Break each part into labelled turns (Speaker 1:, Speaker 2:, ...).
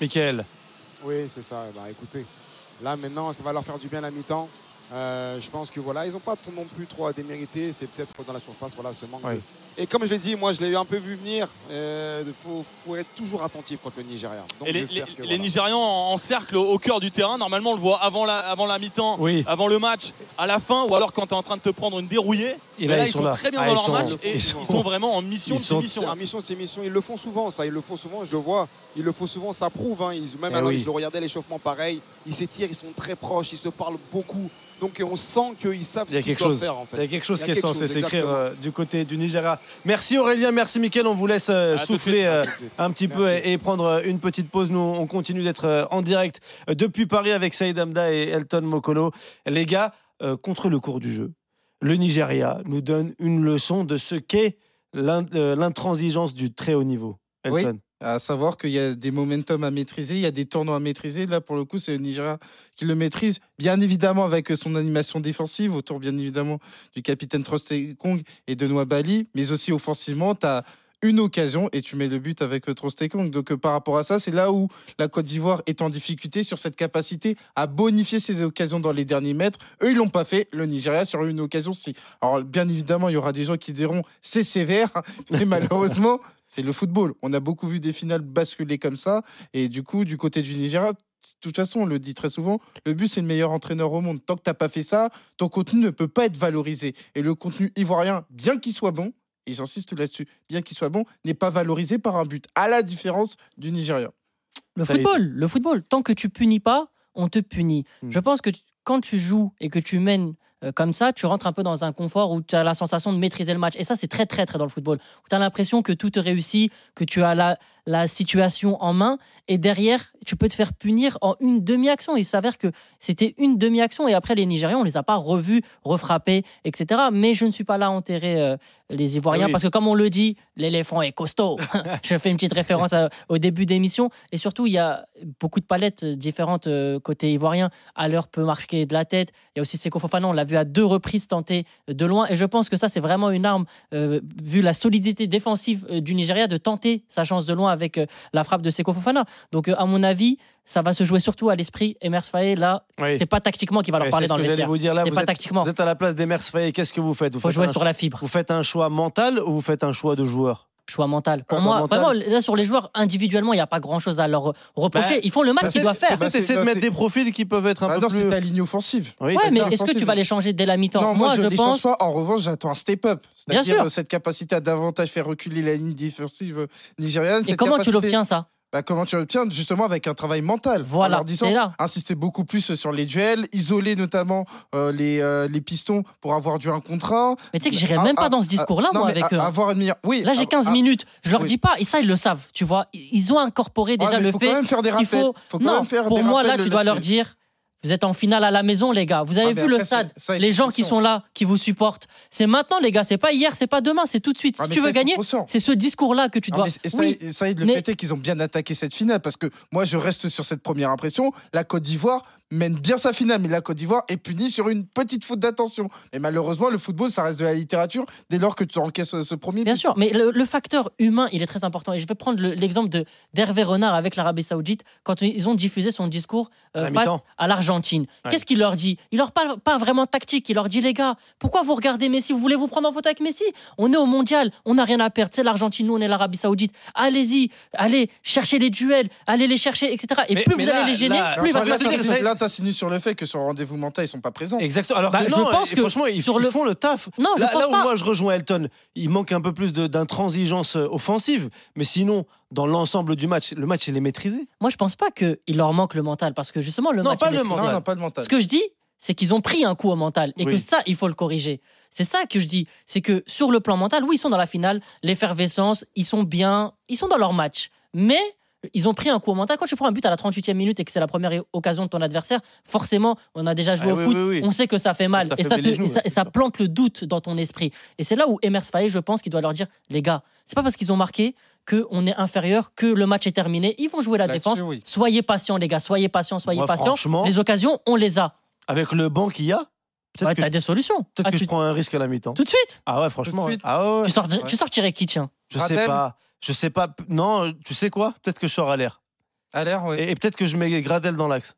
Speaker 1: Michael.
Speaker 2: Oui, c'est ça. Bah, écoutez, là maintenant, ça va leur faire du bien à la mi-temps. Euh, je pense que voilà, ils n'ont pas tout non plus trop à démériter. C'est peut-être dans la surface, voilà, ce manque.
Speaker 1: Oui.
Speaker 2: de- Et comme je l'ai dit, moi, je l'ai un peu vu venir. Il faut, faut être toujours attentif contre le Nigeria. Donc,
Speaker 3: Et les,
Speaker 2: j'espère
Speaker 3: les-
Speaker 2: que,
Speaker 3: les
Speaker 2: voilà.
Speaker 3: Nigérians en, en cercle au, au cœur du terrain, normalement on le voit avant la, avant la mi-temps,
Speaker 1: Oui.
Speaker 3: avant le match, à la fin, ou alors quand tu es en train de te prendre une dérouillée.
Speaker 1: Et
Speaker 3: Mais
Speaker 1: là,
Speaker 3: là,
Speaker 1: ils
Speaker 3: ils
Speaker 1: sont
Speaker 3: sont
Speaker 1: là.
Speaker 3: très bien
Speaker 1: Ah,
Speaker 3: dans
Speaker 1: ils
Speaker 3: leur
Speaker 1: sont-
Speaker 3: match
Speaker 2: ils
Speaker 3: et
Speaker 2: sont-
Speaker 3: ils sont vraiment en mission
Speaker 1: Ils
Speaker 3: de
Speaker 1: sont-
Speaker 3: mission.
Speaker 2: C'est un mission, c'est mission. Ils le font souvent, ça. Ils le font souvent. Je le vois. Ils le font souvent. Ça prouve. hein. Ils, même
Speaker 1: Eh
Speaker 2: alors,
Speaker 1: oui.
Speaker 2: je le regardais à l'échauffement, pareil. Ils s'étirent. Ils sont très proches. Ils se parlent beaucoup. Donc, on sent qu'ils savent
Speaker 1: Il y
Speaker 2: ce
Speaker 1: a
Speaker 2: qu'ils
Speaker 1: quelque
Speaker 2: doivent
Speaker 1: chose.
Speaker 2: faire, en
Speaker 1: Il y a
Speaker 2: fait.
Speaker 1: quelque chose
Speaker 2: Il y a
Speaker 1: qui est
Speaker 2: quelque
Speaker 1: censé
Speaker 2: chose,
Speaker 1: s'écrire
Speaker 2: exactement.
Speaker 1: euh, du côté du Nigeria. Merci Aurélien, merci Mickaël. On vous laisse euh,
Speaker 3: À tout de
Speaker 1: souffler
Speaker 3: suite.
Speaker 1: euh,
Speaker 2: Tout de suite.
Speaker 1: un petit peu
Speaker 2: Merci.
Speaker 1: et, et prendre euh, une petite pause. Nous, on continue d'être euh, en direct euh, depuis Paris avec Saïd Hamda et Elton Mokolo. Les gars, euh, contre le cours du jeu, le Nigeria nous donne une leçon de ce qu'est l'in- euh, l'intransigeance du très haut niveau.
Speaker 4: Oui.
Speaker 1: Elton.
Speaker 4: À savoir qu'il y a des momentum à maîtriser, il y a des tournants à maîtriser. Là, pour le coup, c'est le Nigeria qui le maîtrise, bien évidemment avec son animation défensive, autour bien évidemment du capitaine Trostekong Kong et de Bali, mais aussi offensivement, tu as une occasion et tu mets le but avec Trostekong. Kong. Donc, euh, par rapport à ça, c'est là où la Côte d'Ivoire est en difficulté sur cette capacité à bonifier ses occasions dans les derniers mètres. Eux, ils l'ont pas fait, le Nigeria, sur une occasion, si. Alors, bien évidemment, il y aura des gens qui diront c'est sévère, hein, mais malheureusement, c'est le football. On a beaucoup vu des finales basculer comme ça. Et du coup, du côté du Nigeria, de toute façon, on le dit très souvent, le but, c'est le meilleur entraîneur au monde. Tant que tu pas fait ça, ton contenu ne peut pas être valorisé. Et le contenu ivoirien, bien qu'il soit bon, et j'insiste là-dessus, bien qu'il soit bon, n'est pas valorisé par un but, à la différence du Nigeria.
Speaker 5: Le
Speaker 1: Ça y est.
Speaker 5: football, le football. Tant que tu punis pas, on te punit.
Speaker 1: Hmm.
Speaker 5: Je pense que tu- quand tu joues et que tu mènes euh, comme ça, tu rentres un peu dans un confort où tu as la sensation de maîtriser le match. Et ça, c'est très, très, très dans le football. Où tu as l'impression que tout te réussit, que tu as la, la situation en main. Et derrière, tu peux te faire punir en une demi-action. Il s'avère que c'était une demi-action. Et après, les Nigériens, on les a pas revus, refrappés, etc. Mais je ne suis pas là à enterrer euh, les Ivoiriens.
Speaker 1: Ah oui.
Speaker 5: Parce que, comme on le dit, l'éléphant est costaud. je fais une petite référence à- au début d'émission. Et surtout, il y a beaucoup de palettes différentes euh, côté ivoirien. Aller peut marquer de la tête. Il y a aussi Seko Fofana, on l'a vu à deux reprises tenter de loin. Et je pense que ça, c'est vraiment une arme, euh, vu la solidité défensive euh, du Nigeria, de tenter sa chance de loin avec euh, la frappe de Seko Fofana. Donc, euh, à mon avis, ça va se jouer surtout à l'esprit. Et Mers Faye, là,
Speaker 1: Oui.
Speaker 5: c'est pas tactiquement qu'il va leur
Speaker 1: Ouais,
Speaker 5: parler
Speaker 1: c'est ce
Speaker 5: dans
Speaker 1: que
Speaker 5: le
Speaker 1: j'allais
Speaker 5: vestiaire.
Speaker 1: vous dire là.
Speaker 5: C'est
Speaker 1: Vous
Speaker 5: pas
Speaker 1: êtes,
Speaker 5: tactiquement.
Speaker 1: vous êtes à la place des Mers Faye. Qu'est-ce que vous faites vous
Speaker 5: Faut
Speaker 1: faites
Speaker 5: jouer
Speaker 1: un-
Speaker 5: sur la fibre,
Speaker 1: Vous faites un choix mental ou vous faites un choix de joueur
Speaker 5: choix mental. Pour
Speaker 1: Ah,
Speaker 5: moi,
Speaker 1: bah, mental.
Speaker 5: vraiment, là, sur les joueurs individuellement, il n'y a pas grand chose à leur reprocher.
Speaker 1: Bah,
Speaker 5: Ils font le match
Speaker 4: bah,
Speaker 5: qu'ils
Speaker 4: c'est-
Speaker 5: doivent faire.
Speaker 4: Bah,
Speaker 1: Peut-être
Speaker 4: c'est-
Speaker 1: essayer de
Speaker 4: non,
Speaker 1: mettre
Speaker 4: c'est-
Speaker 1: des profils qui peuvent être un
Speaker 4: Ah
Speaker 1: peu
Speaker 4: non,
Speaker 1: plus.
Speaker 4: c'est ta ligne offensive.
Speaker 1: Oui,
Speaker 5: ouais,
Speaker 1: c'est
Speaker 5: mais
Speaker 1: ça.
Speaker 4: ça,
Speaker 5: est-ce que tu
Speaker 4: offensive.
Speaker 5: vas les changer dès la mi-temps
Speaker 4: Non, moi, je ne les
Speaker 5: pense.
Speaker 4: change pas. En revanche, j'attends un step-up. C'est-à-dire
Speaker 5: sûr.
Speaker 4: euh, cette capacité à davantage faire reculer la ligne défensive euh, nigériane.
Speaker 5: Et
Speaker 4: cette
Speaker 5: comment tu
Speaker 4: capacité-
Speaker 5: l'obtiens ça
Speaker 4: Bah, comment tu l'obtiens Justement avec un travail mental.
Speaker 5: Voilà,
Speaker 4: en leur disant,
Speaker 5: c'est là.
Speaker 4: insister beaucoup plus sur les duels, isoler notamment euh, les, euh, les pistons pour avoir du 1 contre 1.
Speaker 5: Mais tu sais que j'irai
Speaker 4: Ah,
Speaker 5: même
Speaker 4: ah,
Speaker 5: pas dans ce discours-là,
Speaker 4: Non,
Speaker 5: moi,
Speaker 4: mais
Speaker 5: avec euh,
Speaker 4: a-
Speaker 5: eux.
Speaker 4: avoir une meilleure... Oui,
Speaker 5: Là, j'ai
Speaker 4: av-
Speaker 5: 15
Speaker 4: av-
Speaker 5: minutes. Je leur
Speaker 4: Ah, oui.
Speaker 5: dis pas, et ça, ils le savent, tu vois. Ils- Ils ont incorporé
Speaker 4: Ouais,
Speaker 5: déjà
Speaker 4: mais
Speaker 5: le
Speaker 4: faut
Speaker 5: fait.
Speaker 4: quand même faire des
Speaker 5: qu'il
Speaker 4: rappels.
Speaker 5: faut-
Speaker 4: faut quand
Speaker 5: Non,
Speaker 4: même faire
Speaker 5: pour
Speaker 4: des
Speaker 5: moi, là,
Speaker 4: rappels
Speaker 5: tu dois leur
Speaker 4: là-dessus.
Speaker 5: dire vous êtes en finale à la maison, les gars. Vous avez
Speaker 4: Ah, mais
Speaker 5: vu le
Speaker 4: après, ça-
Speaker 5: stade
Speaker 4: ça, ils
Speaker 5: les
Speaker 4: sont
Speaker 5: gens qui
Speaker 4: conscients.
Speaker 5: sont là, qui vous supportent, c'est maintenant les gars, c'est pas hier, c'est pas demain, c'est tout de suite. Si
Speaker 4: Ah, mais
Speaker 5: tu
Speaker 4: ça,
Speaker 5: veux
Speaker 4: ils sont
Speaker 5: gagner,
Speaker 4: conscients.
Speaker 5: c'est ce discours-là que tu
Speaker 4: Ah,
Speaker 5: dois.
Speaker 4: mais c- et ça,
Speaker 5: Oui,
Speaker 4: et ça, il le
Speaker 5: mais-
Speaker 4: fait est qu'ils ont bien attaqué cette finale parce que moi je reste sur cette première impression. La Côte d'Ivoire mène bien sa finale, mais la Côte d'Ivoire est punie sur une petite faute d'attention. Et malheureusement, le football ça reste de la littérature dès lors que tu encaisses euh, ce premier.
Speaker 5: Bien
Speaker 4: but.
Speaker 5: sûr, mais le, le facteur humain, il est très important. Et je vais prendre le- l'exemple de d'Hervé Renard avec l'Arabie Saoudite quand ils ont diffusé son discours euh,
Speaker 1: À la
Speaker 5: face
Speaker 1: mi-temps.
Speaker 5: à l'Argentine.
Speaker 1: Ouais.
Speaker 5: Qu'est-ce qu'il leur dit Il leur parle pas vraiment tactique. Il leur dit les gars, pourquoi vous regardez Messi Vous voulez vous prendre en photo avec Messi On est au Mondial, on n'a rien à perdre. C'est l'Argentine, nous on est l'Arabie Saoudite. Allez-y, allez chercher les duels, allez les chercher, etc. Et
Speaker 1: Mais-
Speaker 5: plus
Speaker 1: mais
Speaker 5: vous
Speaker 1: là-
Speaker 5: allez les gêner,
Speaker 1: là-
Speaker 5: plus il va
Speaker 4: Alors,
Speaker 1: je
Speaker 4: là,
Speaker 5: falloir
Speaker 1: te dire,
Speaker 4: t'insinues-
Speaker 1: c'est-
Speaker 4: là, t'insinues sur le fait que sur rendez-vous mental, ils sont pas présents.
Speaker 1: Exactement. Alors
Speaker 5: Bah,
Speaker 1: que
Speaker 5: je
Speaker 1: non,
Speaker 5: pense
Speaker 1: et
Speaker 5: que
Speaker 1: franchement, ils,
Speaker 5: sur
Speaker 1: ils
Speaker 5: le-
Speaker 1: font le taf.
Speaker 5: Non, je
Speaker 1: là,
Speaker 5: pense
Speaker 1: là où
Speaker 5: pas.
Speaker 1: moi je rejoins Elton, il manque un peu plus de- d'intransigeance euh, offensive, mais sinon, dans l'ensemble du match, le match il est maîtrisé.
Speaker 5: Moi, je pense pas qu'il leur manque le mental parce que justement le
Speaker 1: Non,
Speaker 5: match
Speaker 1: pas
Speaker 5: il est
Speaker 1: le
Speaker 5: pris.
Speaker 1: mental.
Speaker 4: Non, non, pas de mental.
Speaker 5: Ce que je dis, c'est qu'ils ont pris un coup au mental et que
Speaker 1: Oui.
Speaker 5: ça, il faut le corriger. C'est ça que je dis. C'est que sur le plan mental, oui, ils sont dans la finale, l'effervescence, ils sont bien, ils sont dans leur match. Mais ils ont pris un coup au mental. Quand tu prends un but à la 38e minute et que c'est la première occasion de ton adversaire, forcément, on a déjà joué
Speaker 1: Ah
Speaker 5: au
Speaker 1: oui,
Speaker 5: foot,
Speaker 1: oui, oui.
Speaker 5: on sait que ça fait mal
Speaker 1: t'a
Speaker 5: et
Speaker 1: fait
Speaker 5: ça,
Speaker 1: les
Speaker 5: te-
Speaker 1: genoux,
Speaker 5: et ça-
Speaker 1: c'est
Speaker 5: et ça
Speaker 1: sûr.
Speaker 5: plante le doute dans ton esprit. Et c'est là où Emers Faye, je pense, qu'il doit leur dire les gars, c'est pas parce qu'ils ont marqué qu'on est inférieur, que le match est terminé. Ils vont jouer la
Speaker 4: Là-dessus,
Speaker 5: défense.
Speaker 4: oui.
Speaker 5: Soyez patients, les gars, soyez patients, soyez
Speaker 1: Moi,
Speaker 5: patients.
Speaker 1: franchement,
Speaker 5: Les occasions, on les a.
Speaker 1: avec le banc qu'il y a, peut-être
Speaker 5: Ouais,
Speaker 1: que,
Speaker 5: t'as
Speaker 1: je,
Speaker 5: des solutions.
Speaker 1: peut-être
Speaker 5: Ah,
Speaker 1: que
Speaker 5: tu-
Speaker 1: je prends un risque à la mi-temps.
Speaker 5: Tout de suite
Speaker 1: Ah ouais, franchement.
Speaker 4: Tout de suite.
Speaker 1: Ah ouais, ouais.
Speaker 5: tu, sortir-
Speaker 1: Ouais.
Speaker 5: tu sortirais qui, tiens
Speaker 1: Je sais
Speaker 4: Radem.
Speaker 1: pas. Je sais pas. P- Non, tu sais quoi Peut-être que je sors à l'air.
Speaker 4: À l'air, oui.
Speaker 1: Et, et peut-être que je mets Gradel dans l'axe.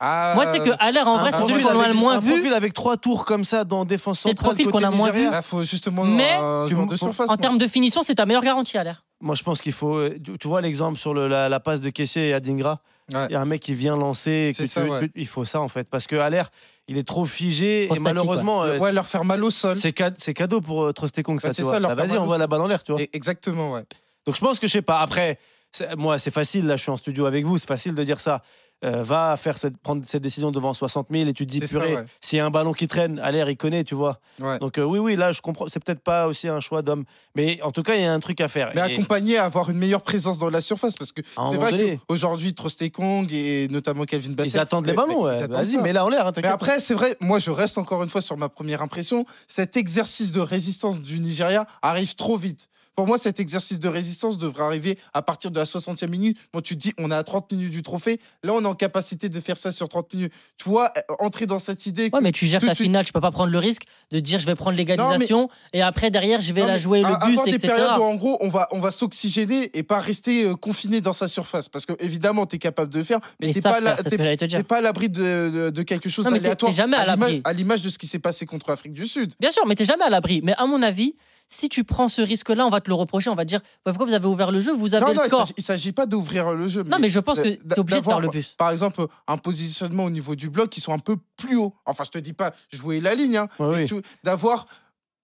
Speaker 4: Ah,
Speaker 5: Moi, tu sais que Haller, en vrai,
Speaker 1: Un
Speaker 5: c'est celui
Speaker 1: profil
Speaker 5: qu'on a le
Speaker 1: avec-
Speaker 5: moins
Speaker 1: un
Speaker 5: vu.
Speaker 1: profil avec trois tours comme ça dans défense
Speaker 5: C'est le
Speaker 1: centrale.
Speaker 5: profil
Speaker 1: côté
Speaker 5: qu'on a moins vu.
Speaker 1: nigérien.
Speaker 4: Là, faut justement
Speaker 5: Mais-
Speaker 4: un joueur de
Speaker 1: Tu-
Speaker 4: surface.
Speaker 5: En
Speaker 4: moi.
Speaker 5: termes de finition, c'est ta meilleure garantie, Haller.
Speaker 1: Moi, je pense qu'il faut. euh, Tu tu vois l'exemple sur le- la, la passe de Kessié et Adingra.
Speaker 4: Ouais.
Speaker 1: Il y a un mec qui vient lancer. et
Speaker 4: C'est
Speaker 1: qui
Speaker 4: ça,
Speaker 1: peut-
Speaker 4: ouais.
Speaker 1: Il faut ça en fait, parce que Haller, il est trop figé
Speaker 5: Trop
Speaker 1: et
Speaker 5: statique,
Speaker 1: malheureusement, euh,
Speaker 4: Ouais, leur faire mal au sol.
Speaker 1: c'est ca- c'est cadeau pour euh, Trostekong ça.
Speaker 4: Ouais,
Speaker 1: tu
Speaker 4: c'est
Speaker 1: vois.
Speaker 4: ça, leur
Speaker 1: Bah,
Speaker 4: faire
Speaker 1: Vas-y,
Speaker 4: mal au
Speaker 1: envoie
Speaker 4: sol.
Speaker 1: la balle en l'air, tu vois.
Speaker 4: Et- Exactement, ouais.
Speaker 1: Donc je pense que je sais pas. Après, c'est- moi, c'est facile. Là, je suis en studio avec vous. C'est facile de dire ça. Euh, va faire cette, prendre cette décision devant 60 000 et tu te dis
Speaker 4: C'est ça,
Speaker 1: purée.
Speaker 4: ouais.
Speaker 1: S'il y a un ballon qui traîne, à l'air, il connaît, tu vois.
Speaker 4: Ouais.
Speaker 1: Donc euh, oui, oui, là, je comprends. C'est peut-être pas aussi un choix d'homme, mais en tout cas, il y a un truc à faire.
Speaker 4: Mais
Speaker 1: Et
Speaker 4: accompagner à avoir une meilleure présence dans la surface parce que
Speaker 1: à un
Speaker 4: c'est
Speaker 1: moment
Speaker 4: vrai
Speaker 1: donné,
Speaker 4: aujourd'hui Trostekong et notamment Calvin Bassett
Speaker 1: ils attendent les
Speaker 4: euh,
Speaker 1: ballons.
Speaker 4: ils
Speaker 1: ouais.
Speaker 4: attendent
Speaker 1: Vas-y,
Speaker 4: ça.
Speaker 1: mets-la en l'air. hein,
Speaker 4: Mais
Speaker 1: t'inquiète.
Speaker 4: après, c'est vrai, moi je reste encore une fois sur ma première impression. Cet exercice de résistance du Nigeria arrive trop vite. Pour moi, cet exercice de résistance devrait arriver à partir de la 60e minute. Bon, tu te dis, on est à 30 minutes du trophée. Là, on est en capacité de faire ça sur 30 minutes. Tu vois, euh, entrer dans cette idée. que-
Speaker 5: Ouais, mais tu gères
Speaker 4: Tout de
Speaker 5: ta
Speaker 4: suite.
Speaker 5: finale, tu peux pas prendre le risque de dire je vais prendre l'égalisation et après derrière je vais
Speaker 4: Non,
Speaker 5: la
Speaker 4: mais
Speaker 5: jouer
Speaker 4: a-
Speaker 5: le bus,
Speaker 4: avoir des
Speaker 5: etc.
Speaker 4: périodes où, en gros, on va, on va s'oxygéner et pas rester euh, confiné dans sa surface. Parce que, évidemment, tu es capable de le faire, mais
Speaker 5: Mais
Speaker 4: tu
Speaker 5: ça,
Speaker 4: pas, là-
Speaker 5: frère, c'est ce
Speaker 4: t'es-
Speaker 5: que j'allais te dire.
Speaker 4: t'es pas à l'abri de, de- de quelque chose
Speaker 5: Non, mais t'es-
Speaker 4: d'aléatoire.
Speaker 5: t'es jamais à
Speaker 4: l'ima-
Speaker 5: l'abri.
Speaker 4: À l'image de ce qui s'est passé contre l'Afrique du Sud.
Speaker 5: Bien sûr, mais t'es jamais à l'abri. Mais à mon avis, si tu prends ce risque-là, on va te le reprocher. On va te dire bah, pourquoi vous avez ouvert le jeu, vous avez
Speaker 4: Non,
Speaker 5: le
Speaker 4: non, il
Speaker 5: score.
Speaker 4: s'agit- il s'agit pas d'ouvrir le jeu.
Speaker 5: Non, mais je pense que
Speaker 4: d'a-
Speaker 5: t'es obligé de
Speaker 4: d'avoir-
Speaker 5: faire le bus.
Speaker 4: Par exemple, un positionnement au niveau du bloc qui soit un peu plus haut. Enfin, je te dis pas jouer la ligne, hein,
Speaker 1: Ouais,
Speaker 4: mais
Speaker 1: oui.
Speaker 4: tu- d'avoir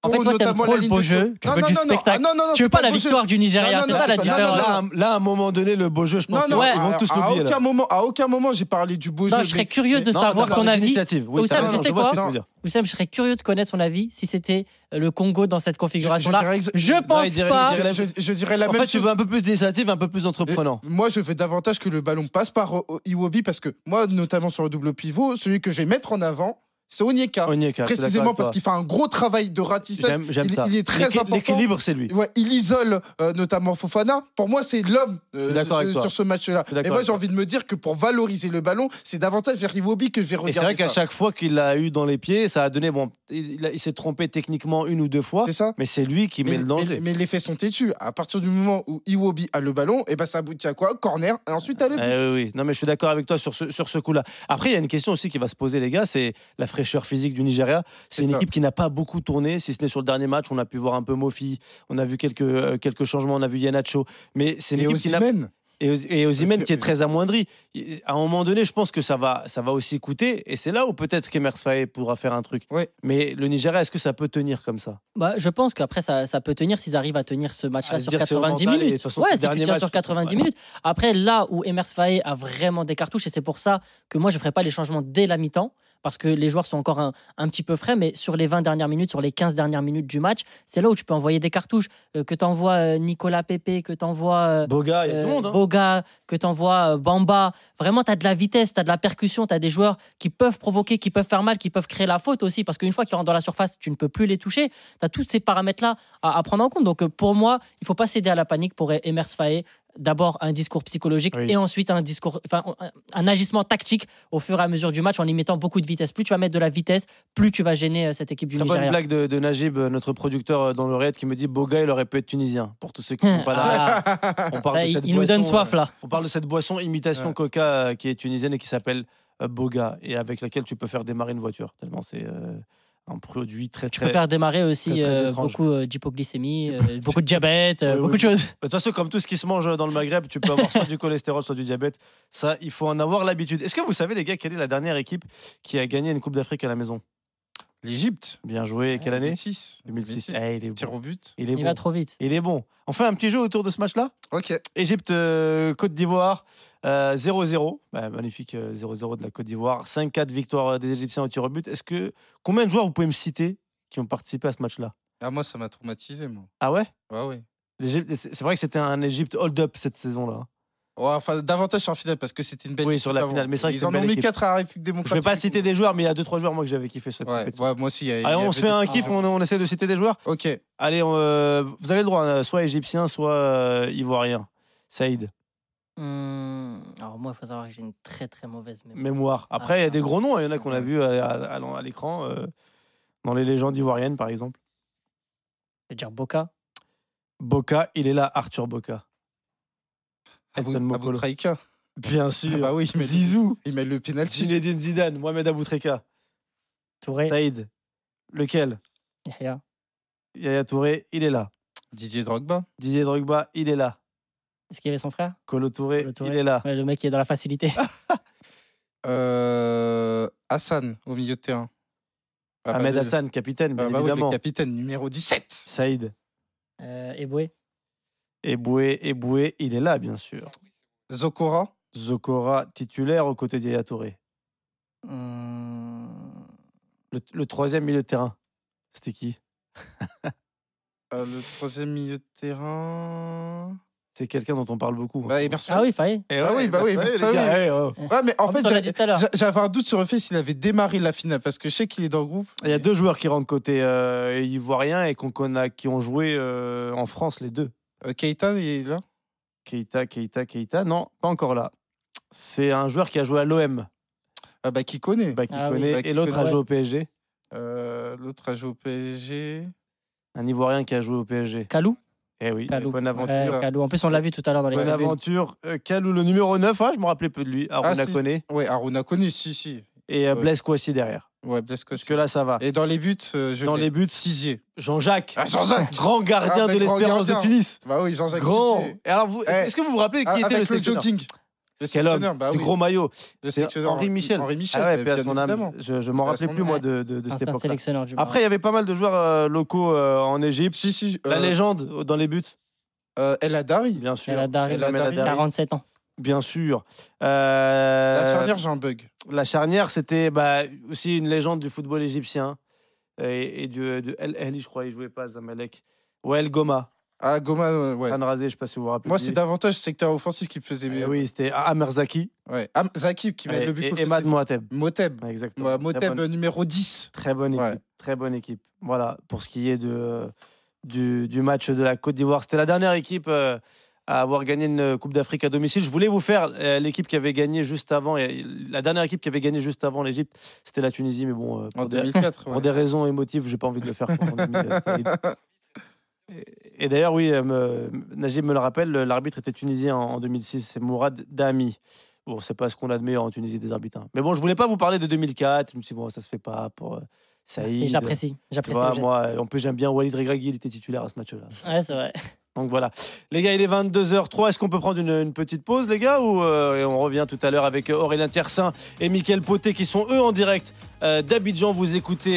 Speaker 5: En fait,
Speaker 4: pour
Speaker 5: toi, t'aimes
Speaker 4: notamment
Speaker 5: trop
Speaker 4: la
Speaker 5: le
Speaker 4: ligne
Speaker 5: beau
Speaker 4: de-
Speaker 5: jeu, tu
Speaker 4: Non,
Speaker 5: veux
Speaker 4: non,
Speaker 5: du
Speaker 4: non, non,
Speaker 5: spectacle.
Speaker 4: ah, non, non,
Speaker 5: Tu
Speaker 4: c'est
Speaker 5: veux pas la
Speaker 4: le beau jeu.
Speaker 5: victoire du Nigeria,
Speaker 4: Non, non,
Speaker 5: c'est
Speaker 4: non,
Speaker 5: ça la
Speaker 4: c'est pas- non, non,
Speaker 5: différence.
Speaker 1: Là, à- là, à un moment donné, le beau jeu, je pense
Speaker 4: Non,
Speaker 1: qu'ils
Speaker 4: non,
Speaker 5: Ouais.
Speaker 1: ils vont
Speaker 4: à-
Speaker 1: tous
Speaker 4: à,
Speaker 1: l'oublier. là.
Speaker 4: aucun moment, à aucun moment, j'ai parlé du beau
Speaker 5: Non,
Speaker 4: jeu.
Speaker 5: je
Speaker 4: mais-
Speaker 5: serais curieux de
Speaker 1: Non,
Speaker 5: savoir
Speaker 1: t'as
Speaker 5: ton
Speaker 1: parlé
Speaker 5: avis.
Speaker 1: d'initiative. Oui, t'as
Speaker 5: Oussam, tu
Speaker 1: raison,
Speaker 5: sais
Speaker 1: je vois ce que
Speaker 4: quoi
Speaker 1: tu veux dire.
Speaker 5: Oussam, je serais curieux de connaître son avis si c'était euh, le Congo dans cette configuration-là.
Speaker 4: dirais exa-
Speaker 5: Je
Speaker 1: il
Speaker 5: pense
Speaker 1: dirait- il
Speaker 5: pas.
Speaker 1: dirait-
Speaker 4: je, je dirais la
Speaker 1: En
Speaker 4: même
Speaker 1: fait, tu
Speaker 4: chose.
Speaker 1: veux un peu plus d'initiative, un peu plus entreprenant.
Speaker 4: Moi, je veux davantage que le ballon passe par euh, Iwobi parce que moi, notamment sur le double pivot, celui que je vais mettre en avant, c'est Onyeka.
Speaker 1: On y est, Kat, je suis d'accord
Speaker 4: Précisément
Speaker 1: avec toi.
Speaker 4: parce qu'il fait un gros travail de ratissage.
Speaker 1: J'aime j'aime
Speaker 4: il-
Speaker 1: ça.
Speaker 4: il est très
Speaker 1: L'équi-
Speaker 4: important.
Speaker 1: L'équilibre, c'est lui.
Speaker 4: Ouais, il isole euh, notamment Fofana. Pour moi, c'est l'homme euh,
Speaker 1: Je suis d'accord
Speaker 4: de-
Speaker 1: avec toi.
Speaker 4: sur ce match-là.
Speaker 1: Je suis d'accord
Speaker 4: Et moi,
Speaker 1: avec
Speaker 4: j'ai envie de me dire que pour valoriser le ballon, c'est davantage vers Iwobi que je vais
Speaker 1: Et
Speaker 4: regarder.
Speaker 1: c'est vrai qu'à
Speaker 4: ça.
Speaker 1: chaque fois qu'il l'a eu dans les pieds, ça a donné. Bon, il, il a- il s'est trompé techniquement une ou deux fois,
Speaker 4: C'est ça
Speaker 1: mais c'est lui qui met
Speaker 4: mais,
Speaker 1: le danger.
Speaker 4: mais- mais les faits sont têtus. À partir du moment où Iwobi a le ballon, et ben ça aboutit à quoi Corner, et ensuite à le but.
Speaker 1: Eh oui, oui. Non, mais je suis d'accord avec toi sur ce, sur ce coup-là. Après, il y a une question aussi qui va se poser, les gars, c'est la fraîcheur physique du Nigeria. C'est
Speaker 4: C'est
Speaker 1: une
Speaker 4: ça.
Speaker 1: équipe qui n'a pas beaucoup tourné, si ce n'est sur le dernier match. On a pu voir un peu Mofi, on a vu quelques, euh, quelques changements, on a vu Yanacho. Mais c'est une
Speaker 4: Et
Speaker 1: équipe qui n'a
Speaker 4: Osimhen,
Speaker 1: Et, Oz- et Osimhen qui est
Speaker 4: que-
Speaker 1: très amoindri. Il- À un moment donné, je pense que ça va, ça va aussi coûter. Et c'est là où peut-être qu'Emers Faye pourra faire un truc.
Speaker 4: Ouais.
Speaker 1: Mais le Nigeria, est-ce que ça peut tenir comme ça
Speaker 5: Bah, je pense qu'après, ça, ça peut tenir s'ils arrivent à tenir ce match-là
Speaker 1: À se
Speaker 5: sur
Speaker 1: Ah, dire, c'est au
Speaker 5: 90
Speaker 1: mental, et de
Speaker 5: minutes.
Speaker 1: toute façon,
Speaker 5: ouais,
Speaker 1: c'est le
Speaker 5: si tu
Speaker 1: dernier
Speaker 5: tiens
Speaker 1: match,
Speaker 5: sur
Speaker 1: de toute façon,
Speaker 5: 90
Speaker 1: ouais.
Speaker 5: minutes. Après, là où Emers Faye a vraiment des cartouches, et c'est pour ça que moi, je ne ferai pas les changements dès la mi-temps, parce que les joueurs sont encore un, un petit peu frais, mais sur les 20 dernières minutes, sur les 15 dernières minutes du match, c'est là où tu peux envoyer des cartouches. Euh, que tu envoies Nicolas Pepe, que euh, tu envoies
Speaker 1: Boga, il y a tout le monde. hein.
Speaker 5: Boga, que tu envoies Bamba. Vraiment, tu as de la vitesse, tu as de la percussion, tu as des joueurs qui peuvent provoquer, qui peuvent faire mal, qui peuvent créer la faute aussi. Parce qu'une fois qu'ils rentrent dans la surface, tu ne peux plus les toucher. Tu as tous ces paramètres-là à, à prendre en compte. Donc, euh, pour moi, il faut pas céder à la panique pour Emers Faé. D'abord un discours psychologique
Speaker 1: Oui.
Speaker 5: et ensuite un discours, enfin un- un agissement tactique au fur et à mesure du match en y mettant beaucoup de vitesse. Plus tu vas mettre de la vitesse, plus tu vas gêner euh, cette équipe du
Speaker 1: Très bonne
Speaker 5: Nigeria.
Speaker 1: blague de, de Najib, euh, notre producteur euh, dans le raid, qui me dit Boga, il aurait pu être tunisien. Pour tous ceux qui n'ont pas la.
Speaker 5: Ah,
Speaker 1: On parle,
Speaker 5: là,
Speaker 1: de
Speaker 5: il
Speaker 1: cette
Speaker 5: il nous donne
Speaker 1: boisson,
Speaker 5: soif
Speaker 1: euh,
Speaker 5: là.
Speaker 1: on parle de cette boisson imitation
Speaker 4: Ouais.
Speaker 1: coca euh, qui est tunisienne et qui s'appelle euh, Boga et avec laquelle tu peux faire démarrer une voiture. Tellement c'est euh, un produit très
Speaker 5: Tu
Speaker 1: très.
Speaker 5: peux faire démarrer aussi
Speaker 1: très, très
Speaker 5: euh,
Speaker 1: étrange.
Speaker 5: beaucoup euh, d'hypoglycémie, euh, beaucoup de diabète,
Speaker 1: Oui,
Speaker 5: euh, beaucoup
Speaker 1: oui.
Speaker 5: de choses.
Speaker 1: Bah, De toute façon, comme tout ce qui se mange hein, dans le Maghreb, tu peux avoir soit du cholestérol, soit du diabète. Ça, il faut en avoir l'habitude. Est-ce que vous savez, les gars, quelle est la dernière équipe qui a gagné une Coupe d'Afrique à la maison
Speaker 4: L'Égypte.
Speaker 1: Bien joué. Quelle année
Speaker 4: 2006.
Speaker 1: 2006. Eh, il est
Speaker 4: Tir
Speaker 1: bon.
Speaker 4: au but.
Speaker 1: Il est
Speaker 5: Il
Speaker 1: bon.
Speaker 5: va trop vite.
Speaker 1: Il est bon. On fait un petit jeu autour de ce match-là
Speaker 4: Ok.
Speaker 1: Égypte, euh, Côte d'Ivoire, euh, 0-0. Bah, magnifique euh, 0-0 de la Côte d'Ivoire. 5-4 victoire euh, des Égyptiens au tir au but. Est-ce que combien de joueurs vous pouvez me citer qui ont participé à ce match-là
Speaker 4: Ah, moi, ça m'a traumatisé, moi.
Speaker 1: Ah ouais
Speaker 4: Ah, ouais.
Speaker 1: L'Égypte- C'est c'est vrai que c'était un Égypte hold-up cette saison-là. hein.
Speaker 4: Ouais, enfin, davantage sur la finale parce que c'était une belle.
Speaker 1: Oui,
Speaker 4: équipe
Speaker 1: sur la
Speaker 4: avant.
Speaker 1: finale, mais c'est vrai que
Speaker 4: Ils
Speaker 1: c'est
Speaker 4: en
Speaker 1: une
Speaker 4: ont
Speaker 1: belle
Speaker 4: mis
Speaker 1: équipe.
Speaker 4: 4 à la République
Speaker 1: Je ne
Speaker 4: démocratique.
Speaker 1: vais pas citer des joueurs, mais il y a 2-3 joueurs moi que j'avais kiffé cette
Speaker 4: Ouais,
Speaker 1: compétition.
Speaker 4: ouais, moi aussi. il y a- il y
Speaker 1: Allez, on
Speaker 4: avait
Speaker 1: se fait un
Speaker 4: des-
Speaker 1: kiff,
Speaker 4: Ah,
Speaker 1: on, on essaie de citer des joueurs.
Speaker 4: Ok.
Speaker 1: Allez, on, euh, vous avez le droit, hein, soit égyptien, soit euh, ivoirien. Saïd,
Speaker 5: Hum, alors moi, il faut savoir que j'ai une très très mauvaise mémoire.
Speaker 1: mémoire. Après, il y a
Speaker 5: Ah.
Speaker 1: des gros noms, hein, il y en a qu'on a
Speaker 4: Ouais.
Speaker 1: vus à, à- à- à l'écran, euh, dans les légendes ivoiriennes par exemple.
Speaker 5: Je vais dire Boca.
Speaker 1: Boca, il est là, Arthur Boca.
Speaker 4: Abou,
Speaker 1: Elton
Speaker 4: Abou
Speaker 1: Mokolo.
Speaker 4: Traika.
Speaker 1: Bien sûr.
Speaker 4: Ah bah oui, il met,
Speaker 1: Zizou,
Speaker 4: il met le penalty.
Speaker 1: Zinedine Zidane, Mohamed Aboutreka,
Speaker 5: Touré.
Speaker 1: Saïd. Lequel
Speaker 5: Yaya.
Speaker 1: Yaya Touré, il est là.
Speaker 4: Didier Drogba.
Speaker 1: Didier Drogba, il est là.
Speaker 5: Est-ce qu'il y avait son frère
Speaker 1: Colo Touré,
Speaker 5: Kolo Touré.
Speaker 1: il est là.
Speaker 5: Ouais, Le mec qui est dans la facilité.
Speaker 1: Ah.
Speaker 4: Euh, Hassan au milieu de terrain. Ah bah,
Speaker 1: Ahmed
Speaker 4: le-
Speaker 1: Hassan, capitaine, bien
Speaker 4: ah bah oui,
Speaker 1: évidemment.
Speaker 4: le capitaine numéro 17.
Speaker 1: Saïd.
Speaker 5: Euh, Eboué.
Speaker 1: Eboué, Eboué, il est là, bien sûr.
Speaker 4: Zokora.
Speaker 1: Zokora, titulaire aux côtés d'Yaya Touré. Hmm.
Speaker 5: Hum,
Speaker 1: Le, le troisième milieu de terrain, c'était qui
Speaker 4: Euh, le troisième milieu de terrain.
Speaker 1: C'est quelqu'un dont on parle beaucoup. hein.
Speaker 4: Bah, Emerson.
Speaker 5: Ah oui, Faye.
Speaker 1: Eh
Speaker 4: ah oui, bah oui,
Speaker 1: les
Speaker 4: bah ça,
Speaker 1: gars,
Speaker 4: oui.
Speaker 1: eh, oh.
Speaker 4: Ouais, mais en
Speaker 5: En
Speaker 4: fait,
Speaker 5: plus, on l'a
Speaker 4: j'a-
Speaker 5: dit tout à l'heure.
Speaker 4: j'a- j'avais un doute sur le fait s'il avait démarré la finale parce que je sais qu'il est dans le groupe.
Speaker 1: Il y a deux joueurs qui rentrent côté euh, ivoirien et qu'on connaît- qui ont joué euh, en France, les deux.
Speaker 4: Euh, Keita, il est là.
Speaker 1: Keita, Keita, Keita. Non, pas encore là. C'est un joueur qui a joué à l'OM,
Speaker 4: Ah bah, qui connaît.
Speaker 1: bah, qui
Speaker 5: Ah oui.
Speaker 1: connaît,
Speaker 4: Bah, qui
Speaker 1: et l'autre a
Speaker 4: connaît,
Speaker 1: joué au PSG.
Speaker 4: Euh, L'autre a joué au PSG.
Speaker 1: Un ivoirien qui a joué au PSG.
Speaker 5: Kalou.
Speaker 1: Eh oui,
Speaker 5: Kalou.
Speaker 1: Bonaventure.
Speaker 5: Ouais,
Speaker 4: là.
Speaker 5: Kalou. En plus, on l'a vu tout à l'heure dans les
Speaker 4: Ouais.
Speaker 5: tribunes.
Speaker 1: Bonaventure, euh, Kalou, le numéro 9, ah, je me rappelais peu de lui. Aruna
Speaker 4: si.
Speaker 1: Koné.
Speaker 4: Ouais, Aruna connu, si, si.
Speaker 1: et euh,
Speaker 4: Ouais.
Speaker 1: Blaise Kouassi derrière.
Speaker 4: Ouais, Blaise
Speaker 1: Parce que là, ça va.
Speaker 4: Et dans les buts, euh, je
Speaker 1: Dans
Speaker 4: l'ai.
Speaker 1: les buts,
Speaker 4: Tizier.
Speaker 1: Jean-Jacques,
Speaker 4: Ah, Jean-Jacques
Speaker 1: grand gardien
Speaker 4: Ah, mais
Speaker 1: de
Speaker 4: grand
Speaker 1: l'Espérance de
Speaker 4: gardien.
Speaker 1: Tunis.
Speaker 4: Bah oui, Jean-Jacques
Speaker 1: Grand.
Speaker 4: Tizier.
Speaker 1: Et alors, vous- est-ce que vous vous rappelez qui
Speaker 4: Ah,
Speaker 1: était le
Speaker 4: Avec le
Speaker 1: sélectionneur
Speaker 4: jogging. Le
Speaker 1: Quel homme
Speaker 4: sélectionneur, bah
Speaker 1: Du
Speaker 4: oui.
Speaker 1: gros maillot.
Speaker 4: Le
Speaker 1: C'est
Speaker 4: sélectionneur.
Speaker 1: Henri Michel.
Speaker 4: Henri Michel,
Speaker 1: Ah ouais,
Speaker 4: bah,
Speaker 1: paix à
Speaker 4: bien
Speaker 1: son âme.
Speaker 4: évidemment.
Speaker 1: Je, je m'en
Speaker 4: Paix à
Speaker 1: rappelais
Speaker 4: son
Speaker 1: plus,
Speaker 4: âme.
Speaker 1: moi, de, de- de
Speaker 5: Ah,
Speaker 1: cette
Speaker 5: C'est un
Speaker 1: époque-là.
Speaker 5: sélectionneur du
Speaker 1: Après, il y avait pas mal de joueurs euh, locaux euh, en Égypte.
Speaker 4: Si, si.
Speaker 1: La
Speaker 4: euh,
Speaker 1: légende euh, dans les buts,
Speaker 4: euh, El Hadari.
Speaker 1: bien sûr.
Speaker 5: El Hadary,
Speaker 1: El Hadary,
Speaker 4: El Hadary.
Speaker 5: 47 ans.
Speaker 1: Bien sûr. Euh,
Speaker 4: La charnière, j'ai un bug.
Speaker 1: la charnière, c'était bah, aussi une légende du football égyptien. Et, et du, de El Ahly, je crois, il jouait pas, Zamalek. Ouais, El Goma.
Speaker 4: Ah, Goma, euh, ouais.
Speaker 1: Hanrazé, je sais pas si vous vous rappelez.
Speaker 4: Moi,
Speaker 1: de
Speaker 4: c'est
Speaker 1: lui.
Speaker 4: davantage secteur offensif qui me faisait.
Speaker 1: Eh oui, c'était Amerzaki
Speaker 4: Ouais. Ah, Zakib qui met
Speaker 1: et,
Speaker 4: le but.
Speaker 1: et,
Speaker 4: contre
Speaker 1: et Mad Moateb.
Speaker 4: Moteb.
Speaker 1: Ouais, Exactement.
Speaker 4: Ouais,
Speaker 1: très,
Speaker 4: Moteb
Speaker 1: bonne,
Speaker 4: euh, numéro 10.
Speaker 1: très bonne équipe.
Speaker 4: Ouais.
Speaker 1: Très bonne équipe. Voilà, pour ce qui est de, du, du match de la Côte d'Ivoire. C'était la dernière équipe euh, à avoir gagné une Coupe d'Afrique à domicile. Je voulais vous faire euh, l'équipe qui avait gagné juste avant. et La dernière équipe qui avait gagné juste avant l'Égypte, c'était la Tunisie. Mais bon, euh,
Speaker 4: En
Speaker 1: pour, des,
Speaker 4: 2004.
Speaker 1: pour
Speaker 4: ouais.
Speaker 1: des raisons émotives, j'ai pas envie de le faire. pour mon ami, euh, Saïd. Et- Et d'ailleurs, oui, euh, me- Najib me le rappelle, le- l'arbitre était tunisien en en 2006, c'est Mourad Dami. Bon, c'est pas ce qu'on a de meilleur en Tunisie des arbitres. hein. Mais bon, je voulais pas vous parler de 2004, je me suis dit, bon, ça se fait pas pour euh,
Speaker 5: Merci,
Speaker 1: Saïd.
Speaker 5: Ah, J'apprécie.
Speaker 1: Tu
Speaker 5: J'apprécie.
Speaker 1: vois,
Speaker 5: le geste.
Speaker 1: moi, euh, en plus, j'aime bien Walid Regragui, il était titulaire à ce match-là.
Speaker 5: Ouais, c'est vrai.
Speaker 1: Donc voilà. Les gars, il est 22h03. Est-ce qu'on peut prendre une, une petite pause, les gars Ou euh, et on revient tout à l'heure avec euh, Aurélien Tiersin et Mickaël Poté qui sont eux en direct euh, d'Abidjan. Vous écoutez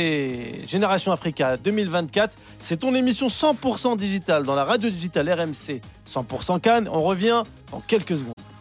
Speaker 1: Génération Africa 2024. C'est ton émission 100% digitale dans la radio digitale RMC 100% Cannes. On revient en quelques secondes.